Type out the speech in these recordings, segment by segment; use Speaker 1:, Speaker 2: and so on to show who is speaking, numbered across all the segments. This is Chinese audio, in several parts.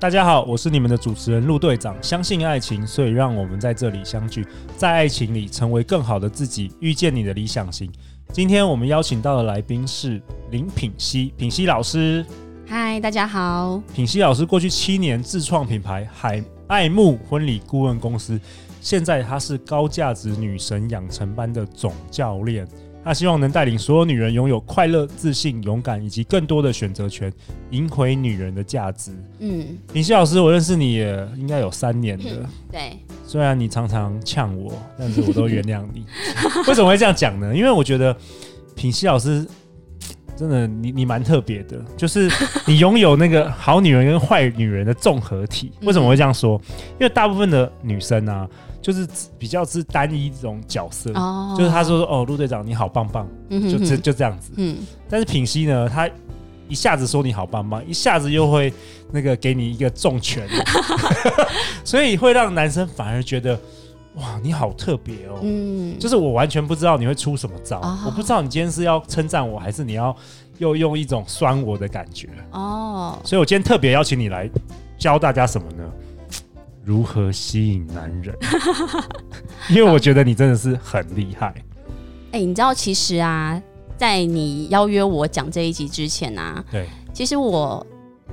Speaker 1: 大家好，我是你们的主持人陆队长。相信爱情，所以让我们在这里相聚，在爱情里成为更好的自己，遇见你的理想型。今天我们邀请到的来宾是林品熙，品熙老师。
Speaker 2: 嗨，大家好。
Speaker 1: 品熙老师过去七年自创品牌海爱慕婚礼顾问公司，现在她是高价值女神养成班的总教练。她希望能带领所有女人拥有快乐、自信、勇敢以及更多的选择权，赢回女人的价值。
Speaker 2: 嗯，
Speaker 1: 品熙老师，我认识你也应该有三年了，
Speaker 2: 对，
Speaker 1: 虽然你常常呛我，但是我都原谅你。 为什么会这样讲呢？因为我觉得品熙老师真的你你蛮特别的，就是你拥有那个好女人跟坏女人的综合体。为什么会这样说？因为大部分的女生啊，就是比较是单一这种角色，
Speaker 2: 哦
Speaker 1: 就是她说说哦，陆队长你好棒棒，就这就这样子。
Speaker 2: 嗯
Speaker 1: 但是品熙呢，她一下子说你好棒棒，一下子又会那个给你一个重 拳，所以会让男生反而觉得哇，你好特别哦。
Speaker 2: 嗯，
Speaker 1: 就是我完全不知道你会出什么招，
Speaker 2: 哦
Speaker 1: 我不知道你今天是要称赞我，还是你要又用一种酸我的感觉。
Speaker 2: 哦，
Speaker 1: 所以我今天特别邀请你来教大家什么呢？如何吸引男 人？因为我觉得你真的是很厉害。
Speaker 2: 哎、你知道其实啊，在你邀约我讲这一集之前啊，
Speaker 1: 对，
Speaker 2: 其实我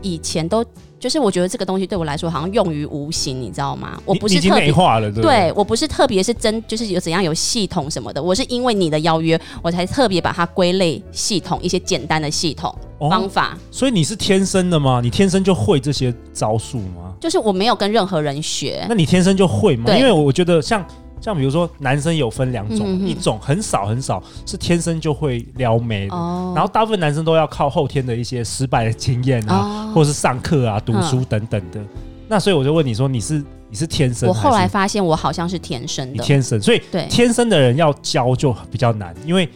Speaker 2: 以前都就是我觉得这个东西对我来说好像用于无形，你知道吗？我
Speaker 1: 你
Speaker 2: 不
Speaker 1: 你
Speaker 2: 是
Speaker 1: 已经
Speaker 2: 特
Speaker 1: 内
Speaker 2: 别。
Speaker 1: 化了，对不对？
Speaker 2: 对我不是特别是真，就是有怎样有系统什么的，我是因为你的邀约，我才特别把它归类系统一些简单的系统、方
Speaker 1: 哦，
Speaker 2: 法，
Speaker 1: 所以你是天生的吗？你天生就会这些招数吗？
Speaker 2: 就是我没有跟任何人学
Speaker 1: 那，你天生就会吗？
Speaker 2: 对
Speaker 1: 因为我觉得像像比如说男生有分两种，
Speaker 2: 嗯哼
Speaker 1: 一种很少很少是天生就会撩妹的，
Speaker 2: 哦
Speaker 1: 然后大部分男生都要靠后天的一些失败的经验啊，
Speaker 2: 哦嗯
Speaker 1: 或是上课啊、读书等等的。那所以我就问你说，你是你是天生
Speaker 2: 我
Speaker 1: 还是
Speaker 2: 后来发现我好像是天生
Speaker 1: 你
Speaker 2: 的，
Speaker 1: 天生，所以
Speaker 2: 对
Speaker 1: 天生的人要教就比较难，因为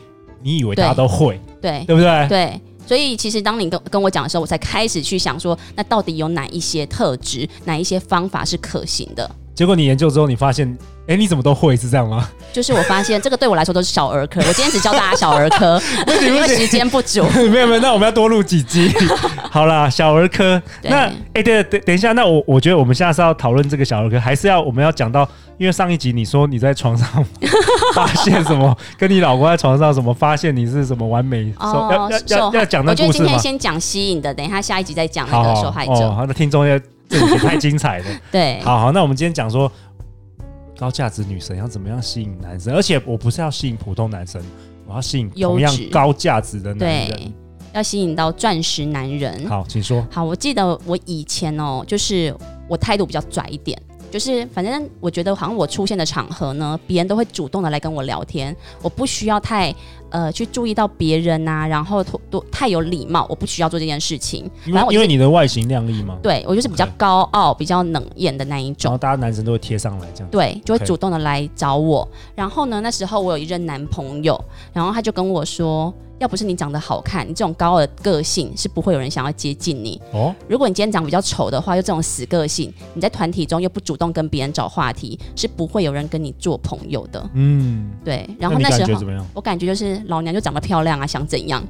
Speaker 1: 你以为大家都会，
Speaker 2: 对
Speaker 1: 对不对？
Speaker 2: 对。所以其实当你跟跟我讲的时候，我才开始去想说，那到底有哪一些特质，哪一些方法是可行的？
Speaker 1: 结果你研究之后，你发现，哎，你怎么都会是这样吗？
Speaker 2: 就是我发现这个对我来说都是小儿科，我今天只教大家小儿科，因为时间不足。
Speaker 1: 没有没有，那我们要多录几 集。好啦，小儿科。
Speaker 2: 对
Speaker 1: 那哎，对，等等一下，那我我觉得我们现在是要讨论这个小儿科，还是要我们要讲到，因为上一集你说你在床上 发现什么，跟你老公在床上什么发现你是什么完美，受要要
Speaker 2: 受
Speaker 1: 要
Speaker 2: 害
Speaker 1: 要讲那
Speaker 2: 哦我觉
Speaker 1: 故
Speaker 2: 得
Speaker 1: 事
Speaker 2: 今
Speaker 1: 吗
Speaker 2: 天？先讲吸引的，等一下下一集再讲那
Speaker 1: 好
Speaker 2: 个
Speaker 1: 好
Speaker 2: 受害
Speaker 1: 哦，
Speaker 2: 者。
Speaker 1: 好，那听众要这一集太精彩 了。
Speaker 2: 对，
Speaker 1: 好好，那我们今天讲说高价值女神要怎么样吸引男生，而且我不是要吸引普通男生，我要吸引同样
Speaker 2: 优质
Speaker 1: 高价值的男人
Speaker 2: 对。，嗯要吸引到钻石男人。
Speaker 1: 好，请说。
Speaker 2: 好，我记得我以前哦，就是我态度比较拽一点，就是反正我觉得好像我出现的场合呢，别人都会主动的来跟我聊天，我不需要太呃去注意到别人呐、然后多多太有礼貌，我不需要做这件事情。
Speaker 1: 因
Speaker 2: 反正
Speaker 1: 为
Speaker 2: 我
Speaker 1: 因
Speaker 2: 就
Speaker 1: 为
Speaker 2: 是
Speaker 1: 你的外形靓丽嘛，
Speaker 2: 对我就是比较
Speaker 1: OK
Speaker 2: 高傲、比较冷艳的那一
Speaker 1: 然
Speaker 2: 种
Speaker 1: 后。大家男生都会贴上来这样。
Speaker 2: 对，就会
Speaker 1: 哦 OK
Speaker 2: 主动的来找我。然后呢，那时候我有一任男朋友，然后他就跟我说，要不是你长得好看，你这种高傲的个性是不会有人想要接近你。
Speaker 1: 哦，
Speaker 2: 如果你今天长得比较丑的话，又这种死个性，你在团体中又不主动跟别人找话题，是不会有人跟你做朋友的。
Speaker 1: 嗯，
Speaker 2: 对，然后
Speaker 1: 你
Speaker 2: 那
Speaker 1: 感
Speaker 2: 时
Speaker 1: 觉
Speaker 2: 候
Speaker 1: 怎么样
Speaker 2: 我感觉就是老娘就长得漂亮啊，想怎样？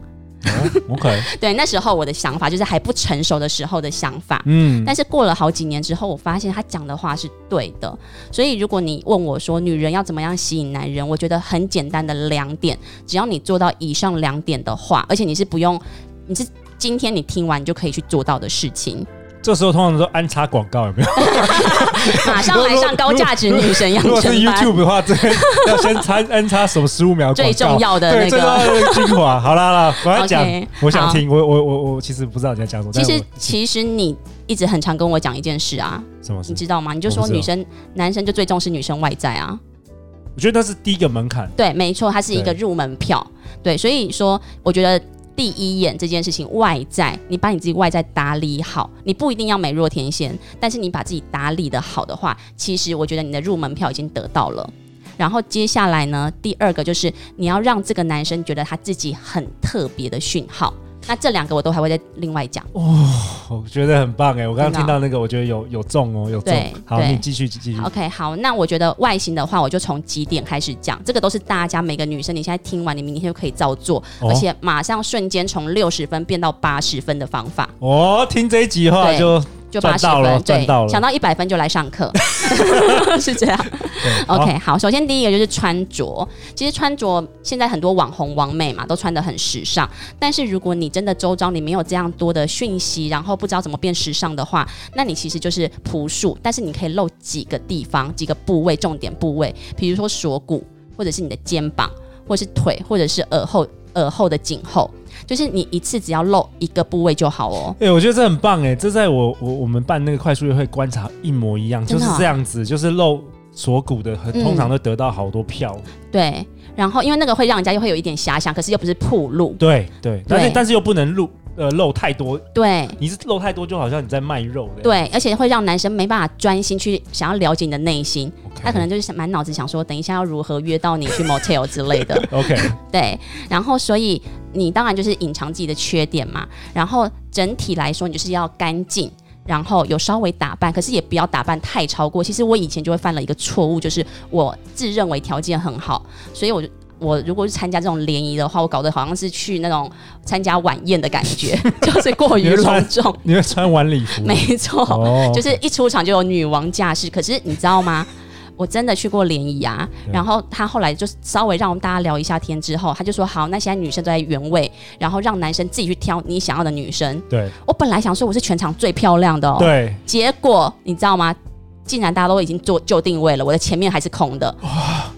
Speaker 1: 哦？OK，
Speaker 2: 对，那时候我的想法就是还不成熟的时候的想法。
Speaker 1: 嗯，
Speaker 2: 但是过了好几年之后，我发现他讲的话是对的。所以如果你问我说女人要怎么样吸引男人，我觉得很简单的两点，只要你做到以上两点的话，而且你是不用，你是今天你听完你就可以去做到的事情。
Speaker 1: 这时候通常都安插广告，有没有？
Speaker 2: 马上来上高价值女神养
Speaker 1: 如果是
Speaker 2: 成班，
Speaker 1: YouTube 的话，这个 要先插安插什么十五秒广告
Speaker 2: 最重要的
Speaker 1: 对
Speaker 2: 那
Speaker 1: 最重
Speaker 2: 个。
Speaker 1: 要的精 华。好啦好啦，我要讲
Speaker 2: OK，
Speaker 1: 我想
Speaker 2: 好
Speaker 1: 听，我我我我其实不知道你在讲什么。
Speaker 2: 其
Speaker 1: 但
Speaker 2: 实
Speaker 1: 我
Speaker 2: 其实你一直很常跟我讲一件事啊，
Speaker 1: 什么事
Speaker 2: 你？知道吗？你就
Speaker 1: 我
Speaker 2: 说
Speaker 1: 不知道
Speaker 2: 女生男生就最重视女生外在啊，
Speaker 1: 我觉得那是第一个门槛。
Speaker 2: 对，没错，它是一个
Speaker 1: 对
Speaker 2: 入门票，对，所以说我觉得。第一眼这件事情，外在你把你自己外在打理好，你不一定要美若天仙，但是你把自己打理的好的话，其实我觉得你的入门票已经得到了。然后接下来呢，第二个就是你要让这个男生觉得他自己很特别的讯号。那这两个我都还会再另外讲。
Speaker 1: 我觉得很棒哎，我刚刚
Speaker 2: 真的哦
Speaker 1: 听到那个，我觉得有有中哦，有中
Speaker 2: 对。
Speaker 1: 好，
Speaker 2: 对
Speaker 1: 你继续继续。
Speaker 2: OK，好，那我觉得外形的话，我就从几点开始讲，这个都是大家每个女生，你现在听完，你明天就可以照做，
Speaker 1: 哦
Speaker 2: 而且马上瞬间从六十分变到八十分的方法，
Speaker 1: 哦，听这一集的话
Speaker 2: 对
Speaker 1: 就
Speaker 2: 就
Speaker 1: 赚
Speaker 2: 八十
Speaker 1: 到了
Speaker 2: 分，
Speaker 1: 赚
Speaker 2: 对
Speaker 1: 到了，
Speaker 2: 想到一百分就来上课， 是这样。
Speaker 1: 对好
Speaker 2: OK，好，首先第一个就是穿着。其实穿着现在很多网红、网美嘛，都穿得很时尚。但是如果你真的周遭你没有这样多的讯息，然后不知道怎么变时尚的话，那你其实就是朴素，但是你可以露几个地方、几个部位、重点部位，比如说锁骨，或者是你的肩膀，或是腿，或者是耳后、耳后的颈后，就是你一次只要露一个部位就好哦。
Speaker 1: 哎、我觉得这很棒哎、这在我我我们办那个快速约会观察一模一样，就
Speaker 2: 真
Speaker 1: 是
Speaker 2: 的哦
Speaker 1: 这样子，就是露锁骨的，很
Speaker 2: 嗯
Speaker 1: 通常都得到好多票。
Speaker 2: 对，然后因为那个会让人家又会有一点遐想，可是又不是铺路。
Speaker 1: 对对，但是
Speaker 2: 对
Speaker 1: 但是又不能露呃露太多，
Speaker 2: 对，
Speaker 1: 你是露太多就好像你在卖肉的。
Speaker 2: 对，而且会让男生没办法专心去想要了解你的内心，
Speaker 1: OK，
Speaker 2: 他可能就是想满脑子想说，等一下要如何约到你去 motel 之类 的。
Speaker 1: OK
Speaker 2: 对，然后所以你当然就是隐藏自己的缺点嘛，然后整体来说你就是要干净。然后有稍微打扮，可是也不要打扮太超过。其实我以前就会犯了一个错误，就是我自认为条件很好，所以我就我如果是参加这种联谊的话，我搞得好像是去那种参加晚宴的感觉， 就是过于
Speaker 1: 你会穿
Speaker 2: 隆重。
Speaker 1: 你会穿晚礼服？
Speaker 2: 没错，
Speaker 1: 哦
Speaker 2: 就是一出场就有女王架势。可是你知道吗？ 我真的去过联谊啊，
Speaker 1: 对
Speaker 2: 然后他后来就稍微让我们大家聊一下天之后，他就说好，那现在女生都在原位，然后让男生自己去挑你想要的女生。
Speaker 1: 对
Speaker 2: 我本来想说我是全场最漂亮的哦，
Speaker 1: 对，
Speaker 2: 结果你知道吗？竟然大家都已经做就定位了，我的前面还是空的。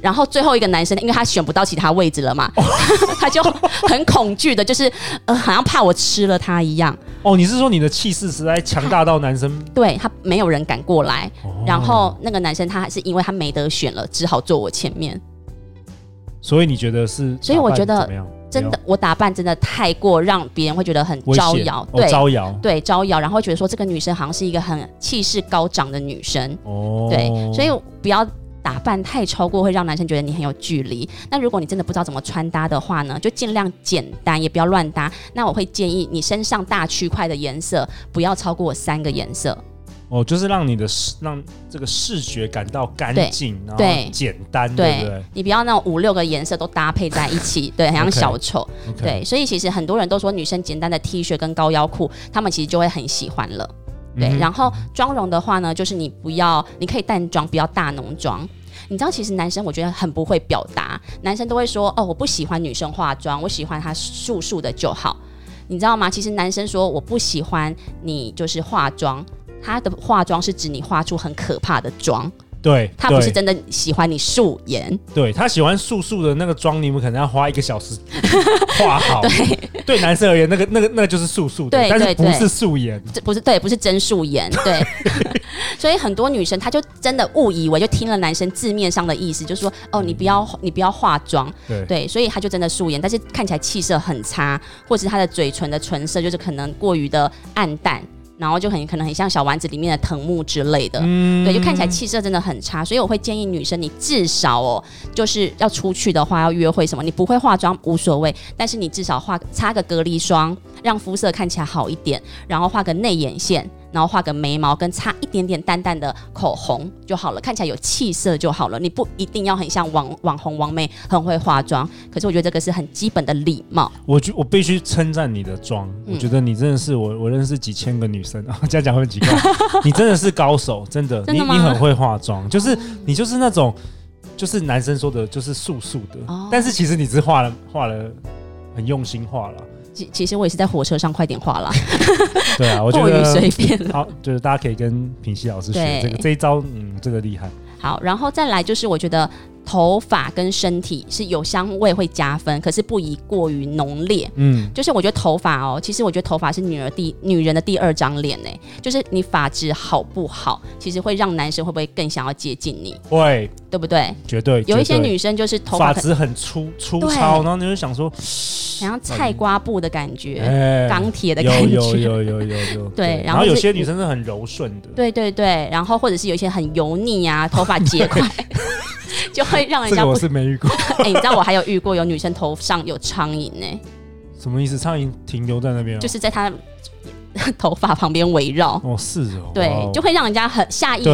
Speaker 2: 然后最后一个男生，因为他选不到其他位置了嘛， 他就很恐惧的，就是呃，好像怕我吃了他一样。
Speaker 1: 哦，你是说你的气势实在强大到男生？
Speaker 2: 对他没有人敢过来，
Speaker 1: 哦
Speaker 2: 然后那个男生他还是因为他没得选了，只好坐我前面。
Speaker 1: 所以你觉得是？
Speaker 2: 所以我觉得
Speaker 1: 怎么样？
Speaker 2: 真的，我打扮真的太过让别人会觉得很
Speaker 1: 没有
Speaker 2: 招
Speaker 1: 危险
Speaker 2: 摇
Speaker 1: 哦，
Speaker 2: 对、
Speaker 1: 招摇
Speaker 2: 对招摇，然后觉得说这个女生好像是一个很气势高涨的女生，
Speaker 1: 哦，
Speaker 2: 对，所以不要。打扮太超过会让男生觉得你很有距离。那如果你真的不知道怎么穿搭的话呢，就尽量简单，也不要乱搭。那我会建议你身上大区块的颜色不要超过三个颜色。
Speaker 1: 哦，就是让你的视让这个视觉感到干
Speaker 2: 对
Speaker 1: 净，然后
Speaker 2: 对
Speaker 1: 简单，对
Speaker 2: 对
Speaker 1: 不对
Speaker 2: 你不要那种五六个颜色都搭配在一起，对，很像
Speaker 1: OK
Speaker 2: 小丑。
Speaker 1: ？OK 嗯
Speaker 2: 对，所以其实很多人都说女生简单的 T 恤跟高腰裤，她们其实就会很喜欢了。对，
Speaker 1: 嗯哼
Speaker 2: 然后妆容的话呢，就是你不要，你可以淡妆，不要大浓妆。你知道，其实男生我觉得很不会表达，男生都会说哦，我不喜欢女生化妆，我喜欢她素素的就好。你知道吗？其实男生说我不喜欢你就是化妆，他的化妆是指你画出很可怕的妆，
Speaker 1: 对，
Speaker 2: 他不是
Speaker 1: 对
Speaker 2: 真的喜欢你素颜。
Speaker 1: 对他喜欢素素的那个妆，你们可能要花一个小时 画好。对，男生而言，那个那个那个就是素素的，
Speaker 2: 对
Speaker 1: 但是
Speaker 2: 对
Speaker 1: 不
Speaker 2: 对
Speaker 1: 是素颜。
Speaker 2: 这不是对，不是真素颜， 对。所以很多女生她就真的误以为就听了男生字面上的意思，就说哦，你不要你不要化妆，
Speaker 1: 嗯对，
Speaker 2: 对，所以她就真的素颜，但是看起来气色很差，或者是她的嘴唇的唇色就是可能过于的暗淡，然后就很可能很像小丸子里面的藤木之类的。
Speaker 1: 嗯
Speaker 2: 对，就看起来气色真的很差，所以我会建议女生，你至少哦，就是要出去的话，要约会什么，你不会化妆无所谓，但是你至少画擦个隔离霜，让肤色看起来好一点，然后画个内眼线，然后画个眉毛，跟擦一点点淡淡的口红就好了，看起来有气色就好了。你不一定要很像网网红王妹，很会化妆，可是我觉得这个是很基本的礼貌。
Speaker 1: 我就我必须称赞你的妆，
Speaker 2: 嗯
Speaker 1: 我觉得你真的是我我认识几千个女生 啊，这样讲会很奇怪， 你真的是高手，真的，
Speaker 2: 真的
Speaker 1: 你
Speaker 2: 吗
Speaker 1: 你很会化妆，就是你就是那种就是男生说的，就是素素的，
Speaker 2: 哦
Speaker 1: 但是其实你只是画了画了很用心画了，
Speaker 2: 其其实我也是在火车上快点画啦，
Speaker 1: 对啊，我觉
Speaker 2: 过于随
Speaker 1: 得
Speaker 2: 便了。
Speaker 1: 好，就是大家可以跟品熙老师学
Speaker 2: 对
Speaker 1: 这个这一招，嗯，这个厉害，
Speaker 2: 好，然后再来就是我觉得头发跟身体是有香味会加分，可是不宜过于浓烈。
Speaker 1: 嗯，
Speaker 2: 就是我觉得头发哦，其实我觉得头发是女儿第女人的第二张脸呢。就是你发质好不好，其实会让男生会不会更想要接近你，
Speaker 1: 会
Speaker 2: 对不对？
Speaker 1: 绝对
Speaker 2: 有
Speaker 1: 绝
Speaker 2: 一些
Speaker 1: 对
Speaker 2: 女生就是头
Speaker 1: 发
Speaker 2: 发可
Speaker 1: 质很粗粗
Speaker 2: 对
Speaker 1: 糙，然后你就想说，
Speaker 2: 好像菜瓜布的感觉，
Speaker 1: 哎，
Speaker 2: 钢铁的感
Speaker 1: 有
Speaker 2: 觉。
Speaker 1: 有有有有有，
Speaker 2: 对然
Speaker 1: 然
Speaker 2: 后
Speaker 1: 后有
Speaker 2: 是
Speaker 1: 些女生是很柔顺的，
Speaker 2: 对对对，然后或者是有一些很油腻啊，头发结块， 就会让人
Speaker 1: 这
Speaker 2: 家
Speaker 1: 个
Speaker 2: 不
Speaker 1: 我是没遇过，
Speaker 2: 哎、你知道我还有遇过有女生头上有苍蝇呢、
Speaker 1: 什么意思？苍蝇停留在那边哦，
Speaker 2: 就是在她头发旁边围绕，
Speaker 1: 哦，是哦，
Speaker 2: 对
Speaker 1: 哇哦，
Speaker 2: 就会让人家很下意识，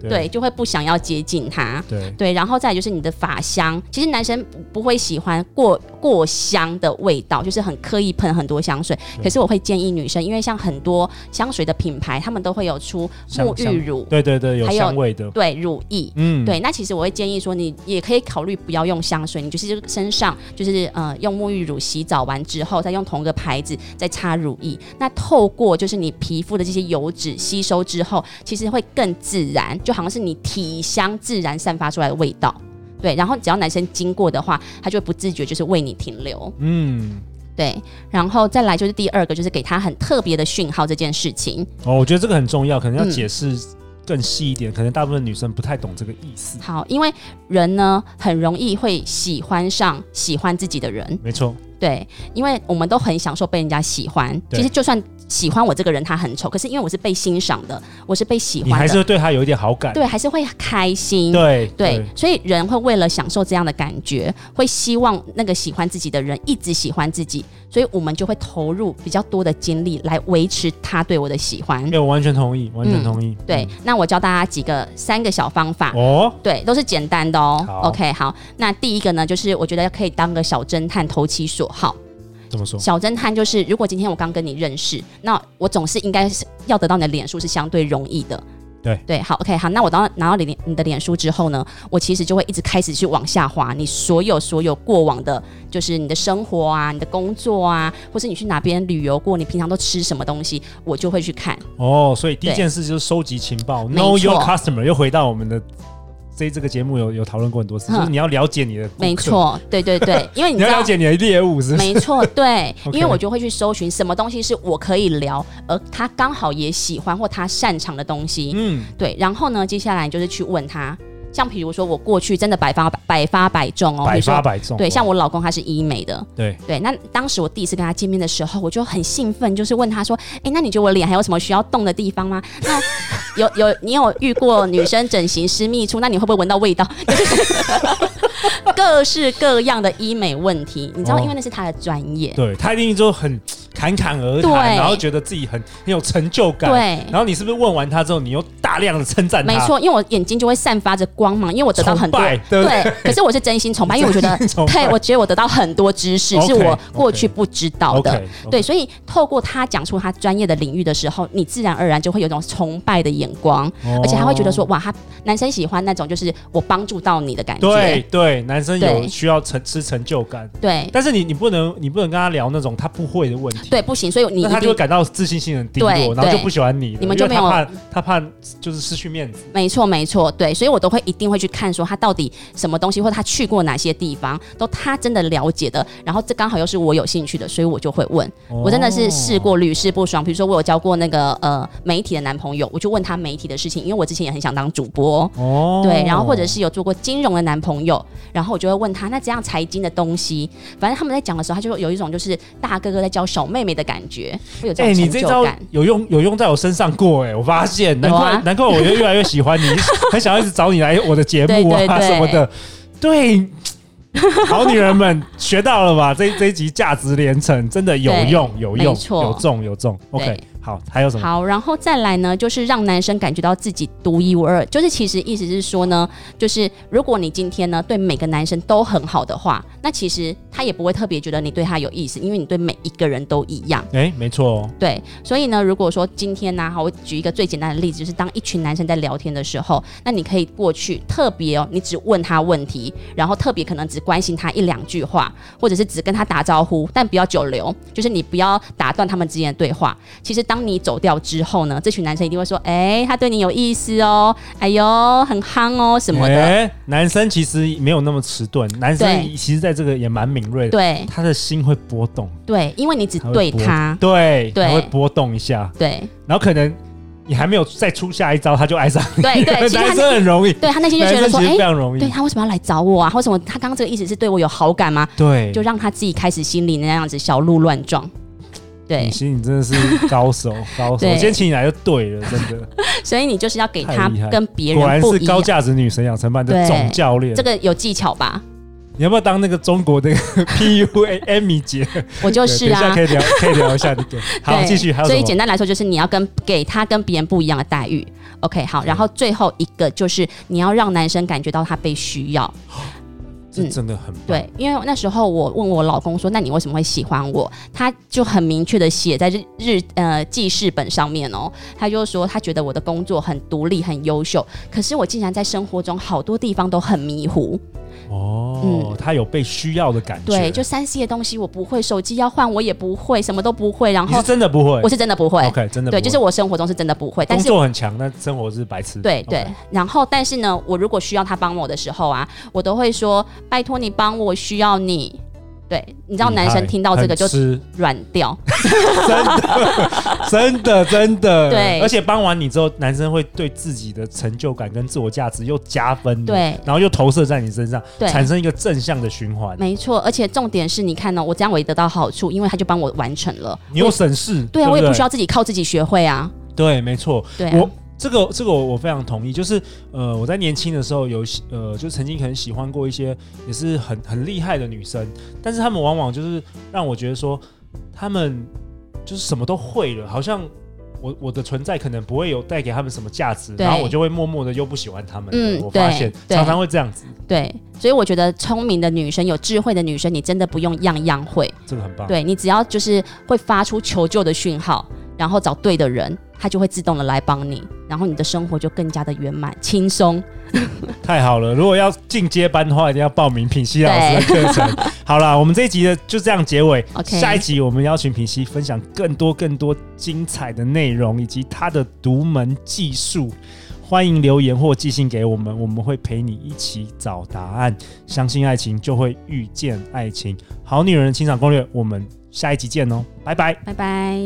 Speaker 1: 对对
Speaker 2: 对，就会不想要接近她。
Speaker 1: 对，
Speaker 2: 对，然后再来就是你的发香，其实男生不会喜欢过过香的味道，就是很刻意喷很多香水。
Speaker 1: 对
Speaker 2: 可是我会建议女生，因为像很多香水的品牌，他们都会有出
Speaker 1: 香
Speaker 2: 沐浴乳，
Speaker 1: 对对对，有
Speaker 2: 还有
Speaker 1: 香味的，
Speaker 2: 对，乳液。
Speaker 1: 嗯，
Speaker 2: 对，那其实我会建议说，你也可以考虑不要用香水，你就是身上就是呃用沐浴乳洗澡完之后，再用同个牌子再擦乳液。那透过就是你皮肤的这些油脂吸收之后，其实会更自然，就好像是你体香自然散发出来的味道。对，然后只要男生经过的话，他就会不自觉就是为你停留。
Speaker 1: 嗯，
Speaker 2: 对，然后再来就是第二个，就是给他很特别的讯号这件事情。
Speaker 1: 哦，我觉得这个很重要，可能要
Speaker 2: 嗯
Speaker 1: 解释更细一点，可能大部分女生不太懂这个意思。
Speaker 2: 好，因为人呢很容易会喜欢上喜欢自己的人。
Speaker 1: 没错，
Speaker 2: 对，因为我们都很享受被人家喜欢。
Speaker 1: 对
Speaker 2: 其实就算喜欢我这个人他很丑，可是因为我是被欣赏的，我是被喜
Speaker 1: 你
Speaker 2: 欢
Speaker 1: 还是
Speaker 2: 的，
Speaker 1: 会对她有一点好感。
Speaker 2: 对，还是会开心。
Speaker 1: 对
Speaker 2: 对所以人会为了享受这样的感觉，会希望那个喜欢自己的人一直喜欢自己，所以我们就会投入比较多的精力来维持他对我的喜欢。
Speaker 1: 对，我完全同意，完全
Speaker 2: 嗯
Speaker 1: 同意。
Speaker 2: 对，那我教大家几个三个小方法。
Speaker 1: 嗯，哦，
Speaker 2: 对，都是简单的哦
Speaker 1: 好。
Speaker 2: OK，好，那第一个呢，就是我觉得可以当个小侦探，投其所好。
Speaker 1: 怎么说？
Speaker 2: 小侦探就是，如果今天我刚跟你认识，那我总是应该是要得到你的脸书是相对容易的。
Speaker 1: 对
Speaker 2: 对，好，OK，好，那我当拿到你的你的脸书之后呢，我其实就会一直开始去往下滑，你所有所有过往的，就是你的生活啊，你的工作啊，或是你去哪边旅游过，你平常都吃什么东西，我就会去看。
Speaker 1: 哦，所以第一
Speaker 2: 对
Speaker 1: 件事就是收集情报
Speaker 2: 没
Speaker 1: ，Know your
Speaker 2: 错
Speaker 1: customer，又回到我们的这这个节目有有讨论过很多次，
Speaker 2: 哼
Speaker 1: 就是你要了解你的顾客
Speaker 2: 嗯没，错，对对对，因为你
Speaker 1: 你
Speaker 2: 知
Speaker 1: 要
Speaker 2: 道
Speaker 1: 了。解你的猎物是不是？
Speaker 2: 没错，对
Speaker 1: OK
Speaker 2: 因为我就会去搜寻什么东西是我可以聊，而他刚好也喜欢或他擅长的东西。
Speaker 1: 嗯，
Speaker 2: 对，然后呢，接下来就是去问他，像比如说我过去真的百发百发百中哦，比
Speaker 1: 百
Speaker 2: 如说
Speaker 1: 发百中。
Speaker 2: 对，像我老公他是医美的，
Speaker 1: 对
Speaker 2: 对，那当时我第一次跟他见面的时候，我就很兴奋，就是问他说，哎，那你觉得我脸还有什么需要动的地方吗？ 那有有你有遇过女生整形师秘处，那你会不会闻到味道？就是 各式各样的医美问题，你知道，
Speaker 1: 哦
Speaker 2: 因为那是他的专业，
Speaker 1: 对，他一定就很侃侃而
Speaker 2: 对
Speaker 1: 谈，然后觉得自己很很有成就感。
Speaker 2: 对
Speaker 1: 然后你是不是问完他之后，你又大量的称赞他？
Speaker 2: 没错，因为我眼睛就会散发着光芒，因为我得到很多
Speaker 1: 崇拜对不对
Speaker 2: 可是我是真心崇拜，因为我 觉得
Speaker 1: 真心崇拜
Speaker 2: 对，我觉得我得到很多知识
Speaker 1: 哦 OK，
Speaker 2: 是我过去不知道的。
Speaker 1: ，OK，
Speaker 2: 对，所以透过他讲出他专业的领域的时候，你自然而然就会有一种崇拜的眼光，
Speaker 1: 哦
Speaker 2: 而且他会觉得说，哇，他男生喜欢那种就是我帮助到你的感觉。
Speaker 1: 对对，男生有
Speaker 2: 对
Speaker 1: 需要成吃成就感，
Speaker 2: 对
Speaker 1: 但是你你不能你不能跟他聊那种他不会的问题，
Speaker 2: 对，不行，所以你
Speaker 1: 那
Speaker 2: 一
Speaker 1: 他就会
Speaker 2: 定
Speaker 1: 感到自信心很低落，
Speaker 2: 对
Speaker 1: 然后就
Speaker 2: 对
Speaker 1: 不喜欢你了，
Speaker 2: 你们
Speaker 1: 因为
Speaker 2: 就没有
Speaker 1: 他怕他怕就是失去面子，
Speaker 2: 没错没错，对，所以我都会一定会去看说他到底什么东西，或者他去过哪些地方，都他真的了解的，然后这刚好又是我有兴趣的，所以我就会问。我真的
Speaker 1: 哦
Speaker 2: 是试过屡试不爽。比如说，我有交过那个呃媒体的男朋友，我就问他媒体的事情，因为我之前也很想当主播。
Speaker 1: 哦
Speaker 2: 对，然后或者是有做过金融的男朋友，然后我就会问他，那这样财经的东西，反正他们在讲的时候，他就会有一种就是大哥哥在教小妹妹的感觉，会有
Speaker 1: 哎、
Speaker 2: 这
Speaker 1: 你
Speaker 2: 种
Speaker 1: 这
Speaker 2: 成
Speaker 1: 招
Speaker 2: 就感。
Speaker 1: 有用有用在我身上过哎、我发现，难
Speaker 2: 有
Speaker 1: 怪、
Speaker 2: 啊
Speaker 1: 难怪我就越来越喜欢你，很想要一直找你来我的节目啊
Speaker 2: 对对对
Speaker 1: 什么的。对，好女人们学到了吧？这这一集价值连城真的有
Speaker 2: 对
Speaker 1: 用，有
Speaker 2: 没
Speaker 1: 用，
Speaker 2: 错
Speaker 1: 有中有中。OK，
Speaker 2: 对
Speaker 1: 好，还有什么？
Speaker 2: 好，然后再来呢，就是让男生感觉到自己独一无二。就是其实意思是说呢，就是如果你今天呢对每个男生都很好的话，那其实他也不会特别觉得你对他有意思，因为你对每一个人都一样。
Speaker 1: 哎、没错、哦，
Speaker 2: 对，所以呢，如果说今天呢、好，我举一个最简单的例子，就是当一群男生在聊天的时候，那你可以过去特别哦，你只问他问题，然后特别可能只关心他一两句话，或者是只跟他打招呼，但不要久留，就是你不要打断他们之间的对话。其实当你走掉之后呢，这群男生一定会说，哎、他对你有意思哦，哎呦，很憨哦什么的，
Speaker 1: 哎男生其实没有那么迟钝，男生
Speaker 2: 对
Speaker 1: 其实在这个也蛮敏锐的，
Speaker 2: 对
Speaker 1: 他的心会波动，
Speaker 2: 对，因为你只
Speaker 1: 他会
Speaker 2: 对
Speaker 1: 波
Speaker 2: 他，
Speaker 1: 对，
Speaker 2: 对
Speaker 1: 他会波动一下，
Speaker 2: 对
Speaker 1: 然后可能你还没有再出下一招，他就爱上你，
Speaker 2: 哎对 对，其实
Speaker 1: 男
Speaker 2: 他
Speaker 1: 生很容易，
Speaker 2: 对他内心就
Speaker 1: 男
Speaker 2: 觉
Speaker 1: 生
Speaker 2: 得说，
Speaker 1: 其实
Speaker 2: 哎、
Speaker 1: 非常容易，
Speaker 2: 对他为什么要来找我啊？或什么？他刚刚这个意思是对我有好感吗？
Speaker 1: 对，
Speaker 2: 就让他自己开始心里那样子小鹿乱撞。对
Speaker 1: 你，心里真的是高 手，高手，
Speaker 2: 对
Speaker 1: 我今天请你来就对 了，真的，
Speaker 2: 所以你就是要给他
Speaker 1: 嗯太厉害
Speaker 2: 跟别
Speaker 1: 果然
Speaker 2: 人不
Speaker 1: 是
Speaker 2: 一
Speaker 1: 高
Speaker 2: 样，
Speaker 1: 价值女神养成班的
Speaker 2: 对
Speaker 1: 总教练
Speaker 2: 这。个有技巧 吧？
Speaker 1: 你要不要当那个中国那个 PUA Amy 姐？
Speaker 2: 我就
Speaker 1: 就是等一下
Speaker 2: 啊
Speaker 1: 可，以聊，可以聊一下这 个。好，
Speaker 2: 对
Speaker 1: 继续还有
Speaker 2: 所
Speaker 1: 什
Speaker 2: 以
Speaker 1: 么？
Speaker 2: 简单来说，就是你要跟给他跟别人不一样的待遇。OK，好，然后最后一个就是你要让男生感觉到他被需要。
Speaker 1: 这
Speaker 2: 嗯
Speaker 1: 真的很棒。
Speaker 2: 对，因为那时候我问我老公说：“那你为什么会喜欢我？”他就很明确的写在日日呃记事本上面哦，他就说他觉得我的工作很独立、很优秀，可是我竟然在生活中好多地方都很迷糊。
Speaker 1: 哦，他有被需要的感觉。
Speaker 2: 嗯对，就三 C 的东西我不会，手机要换我也不会，什么都不会。然
Speaker 1: 你是
Speaker 2: 后
Speaker 1: 真的不会，
Speaker 2: 我是真的不会，
Speaker 1: OK，真的不
Speaker 2: 对，
Speaker 1: 会
Speaker 2: 就是我生活中是真的不会，但
Speaker 1: 工
Speaker 2: 是
Speaker 1: 作很强，但生活是白痴。
Speaker 2: 对
Speaker 1: OK
Speaker 2: 对，然后但是呢，我如果需要他帮我的时候啊，我都会说拜托你帮我，我需要你。对，你知道男生听到这个就
Speaker 1: 很吃
Speaker 2: 软掉，
Speaker 1: 真的真的真的
Speaker 2: 对
Speaker 1: 而且帮完你之后，男生会对自己的成就感跟自我价值又加分，，
Speaker 2: 对
Speaker 1: 然后又投射在你身上，
Speaker 2: 对
Speaker 1: 产生一个正向的循环。
Speaker 2: 没错，而且重点是，你看哦呢、我这样我也得到好处，因为他就帮我完成了。
Speaker 1: 你有省事，
Speaker 2: 对啊，
Speaker 1: 不
Speaker 2: 我也不需要自己靠自己学会啊。
Speaker 1: 对，没错，
Speaker 2: 对啊
Speaker 1: 我这个这个我我非常同意，就是呃我在年轻的时候有喜呃就曾经很喜欢过一些也是很很厉害的女生，但是她们往往就是让我觉得说她们就是什么都会了，好像我我的存在可能不会有带给她们什么价值，
Speaker 2: 对
Speaker 1: 然后我就会默默的又不喜欢她们了。
Speaker 2: 嗯
Speaker 1: 我发
Speaker 2: 对
Speaker 1: 现
Speaker 2: 对
Speaker 1: 常常会这样子，
Speaker 2: 对，所以我觉得聪明的女生、有智慧的女生，你真的不用样样会，
Speaker 1: 这个很棒。
Speaker 2: 对你只要就是会发出求救的讯号，然后找对的人，他就会自动的来帮你，然后你的生活就更加的圆满、轻松。
Speaker 1: 太好了！如果要进阶班的话，一定要报名品熙老师的课程。好啦，我们这一集的就这样结尾。
Speaker 2: OK
Speaker 1: 下一集我们邀请品熙分享更多更多精彩的内容，以及他的独门技术。欢迎留言或寄信给我们，我们会陪你一起找答案。相信爱情，就会遇见爱情。好女人的情场攻略，我们下一集见哦，拜拜。
Speaker 2: 拜拜。